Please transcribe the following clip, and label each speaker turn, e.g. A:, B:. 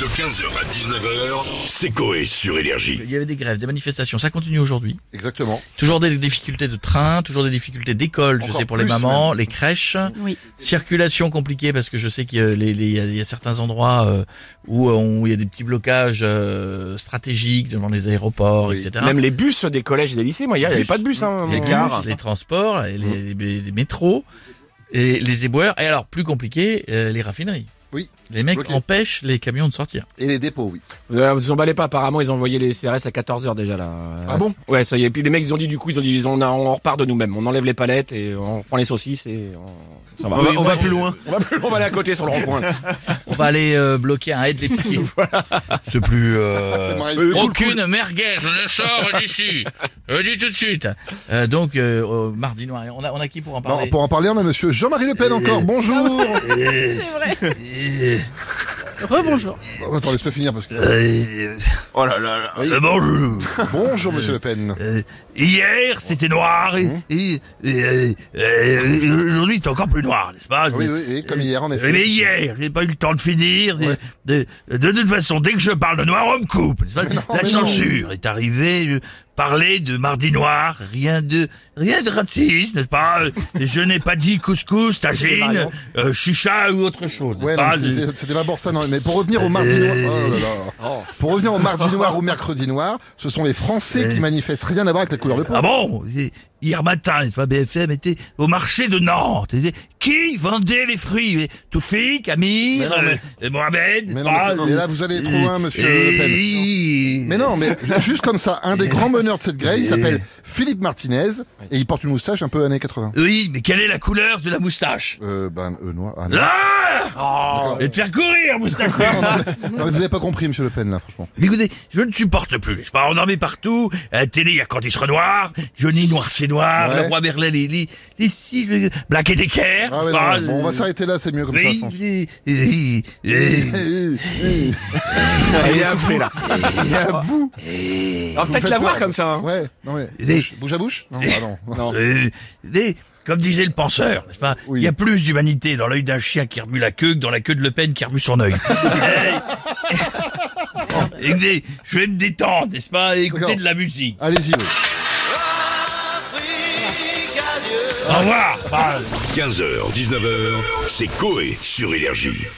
A: De 15h à 19h, c'est Coé sur Énergie.
B: Il y avait des grèves, des manifestations, ça continue aujourd'hui.
C: Exactement.
B: Toujours des difficultés de train, toujours des difficultés d'école, je
C: Encore
B: sais pour les
C: plus,
B: mamans, les crèches.
D: Oui.
B: Circulation compliquée parce que je sais qu'il y a les- les- il y, a- il y a certains endroits euh, où euh, on- il y a des petits blocages euh, stratégiques devant les aéroports,
C: Oui.
B: etc.
E: Même les bus des collèges et des lycées, moi, il n'y avait
B: Bus.
E: pas de bus. Hein,
B: Il y a
E: mon-
B: Hein les
C: cars.
B: bus, les transports, et les,
C: Mm.
B: les- les métros, et les éboueurs. Et alors, plus compliqué, euh, les raffineries.
C: Oui.
B: Les mecs
C: Bloqué.
B: empêchent les camions de sortir.
C: Et les dépôts, oui.
E: Euh, vous emballez pas, apparemment, ils ont envoyé les CRS à 14h déjà là.
C: Ah bon
E: Ouais, ça y est. Et puis les mecs, ils ont dit du coup, ils ont dit, on, a- on repart de nous-mêmes. On enlève les palettes et on prend les saucisses et on, ça va.
C: Ah
B: Oui,
C: bah
E: on, va,
B: moi,
C: plus loin.
E: on va plus, on va aller à côté sur le rond-point.
B: On va aller euh, bloquer un aide l'épicier. C'est plus...
F: Ah,
B: euh,
C: C'est moins risqué. Cool,
B: Aucune merguez ne sort d'ici. Euh, dis tout de suite. Euh, donc, euh, au mardi noir. On a, on a qui pour en
C: Non,
B: parler
C: pour en parler, on a monsieur Jean-Marie Le Pen encore. Bonjour.
D: C'est vrai.
F: Euh,
D: Rebonjour.
C: Oh, Attends, laisse-le finir parce que.
F: Oh là là là.
C: Oui.
F: Euh, bonjour.
C: Bonjour, monsieur Le Pen.
F: Euh, hier, c'était noir et,
C: Hein
F: et- et, euh, euh, aujourd'hui, c'est encore plus noir, n'est-ce pas
C: Ah Oui, oui, oui, comme hier, en
F: Euh, Mais
C: effet.
F: hier, j'ai pas eu le temps de finir.
C: Ouais.
F: De, de- de toute façon, dès que je parle de noir, on me coupe. n'est-ce pas La
C: mais non.
F: censure est arrivée. Je parlais de mardi noir, rien de rien de raciste, n'est-ce pas Euh, Je n'ai pas dit couscous, tagine,
E: variantes.
F: euh, chicha ou autre chose. n'est-ce
C: Ouais, non,
F: pas Euh,
C: c'est- c'est- c'était pas pour ça, non. Mais pour revenir au mardi noir. Oh là là. Pour revenir au mardi noir ou mercredi noir, ce sont les Français
F: Euh.
C: qui manifestent. Rien à voir avec la couleur de peau.
F: Ah bon Et Hier matin, n'est-ce pas, BFM était au marché de Nantes. Et Qui vendait les fruits Mais Toufik, Amir,
C: Mais non, mais-
F: euh, et Mohamed
C: Mais non,
F: n'est-ce
C: mais
F: pas
C: c'est- mais là, vous allez trop loin, monsieur
F: Et-
C: Le Pen.
F: Euh.
C: Mais non, mais juste comme ça, un des grands meneurs de cette grève, il s'appelle
F: Euh.
C: Philippe Martinez, et il porte une moustache un peu années 80.
F: Oui, mais quelle est la couleur de la moustache
C: Euh, ben, euh, noir. Ah, non.
F: Ah
C: D'accord.
F: Et te faire courir, moustache
C: Non, mais vous avez pas compris, monsieur Le Pen, là, franchement.
F: Mais Écoutez, je ne supporte plus. n'est-ce pas, on en met partout. À la télé, il y a quand il sera noir. Johnny Noir, c'est noir.
C: Ouais.
F: Le roi Merlin, les, les, les six... euh, Black et Decker.
C: Ah ouais,
F: n'est-ce
C: non, bon, on va
F: pas
C: s'arrêter là, c'est mieux comme ça, je
F: Oui,
C: pense.
F: oui, oui, oui.
E: Ah, il est soufflé là.
C: Il est à
F: Ah,
C: bout. hein.
E: On va peut-être la voir comme ça. hein.
C: Ouais, non mais.
F: Des-
C: Bouche à bouche Non, pardon.
E: Non.
F: Euh, des- comme disait le penseur, n'est-ce pas
C: Oui.
F: Il y a plus d'humanité dans l'œil d'un chien qui remue la queue que dans la queue de Le Pen qui remue son œil. Eh, écoutez, je vais me détendre, n'est-ce pas et Écouter
C: D'accord.
F: de la musique.
C: Allez-y, oui.
F: Au revoir. Ah,
A: 15h, 19h, c'est Coé sur Énergie.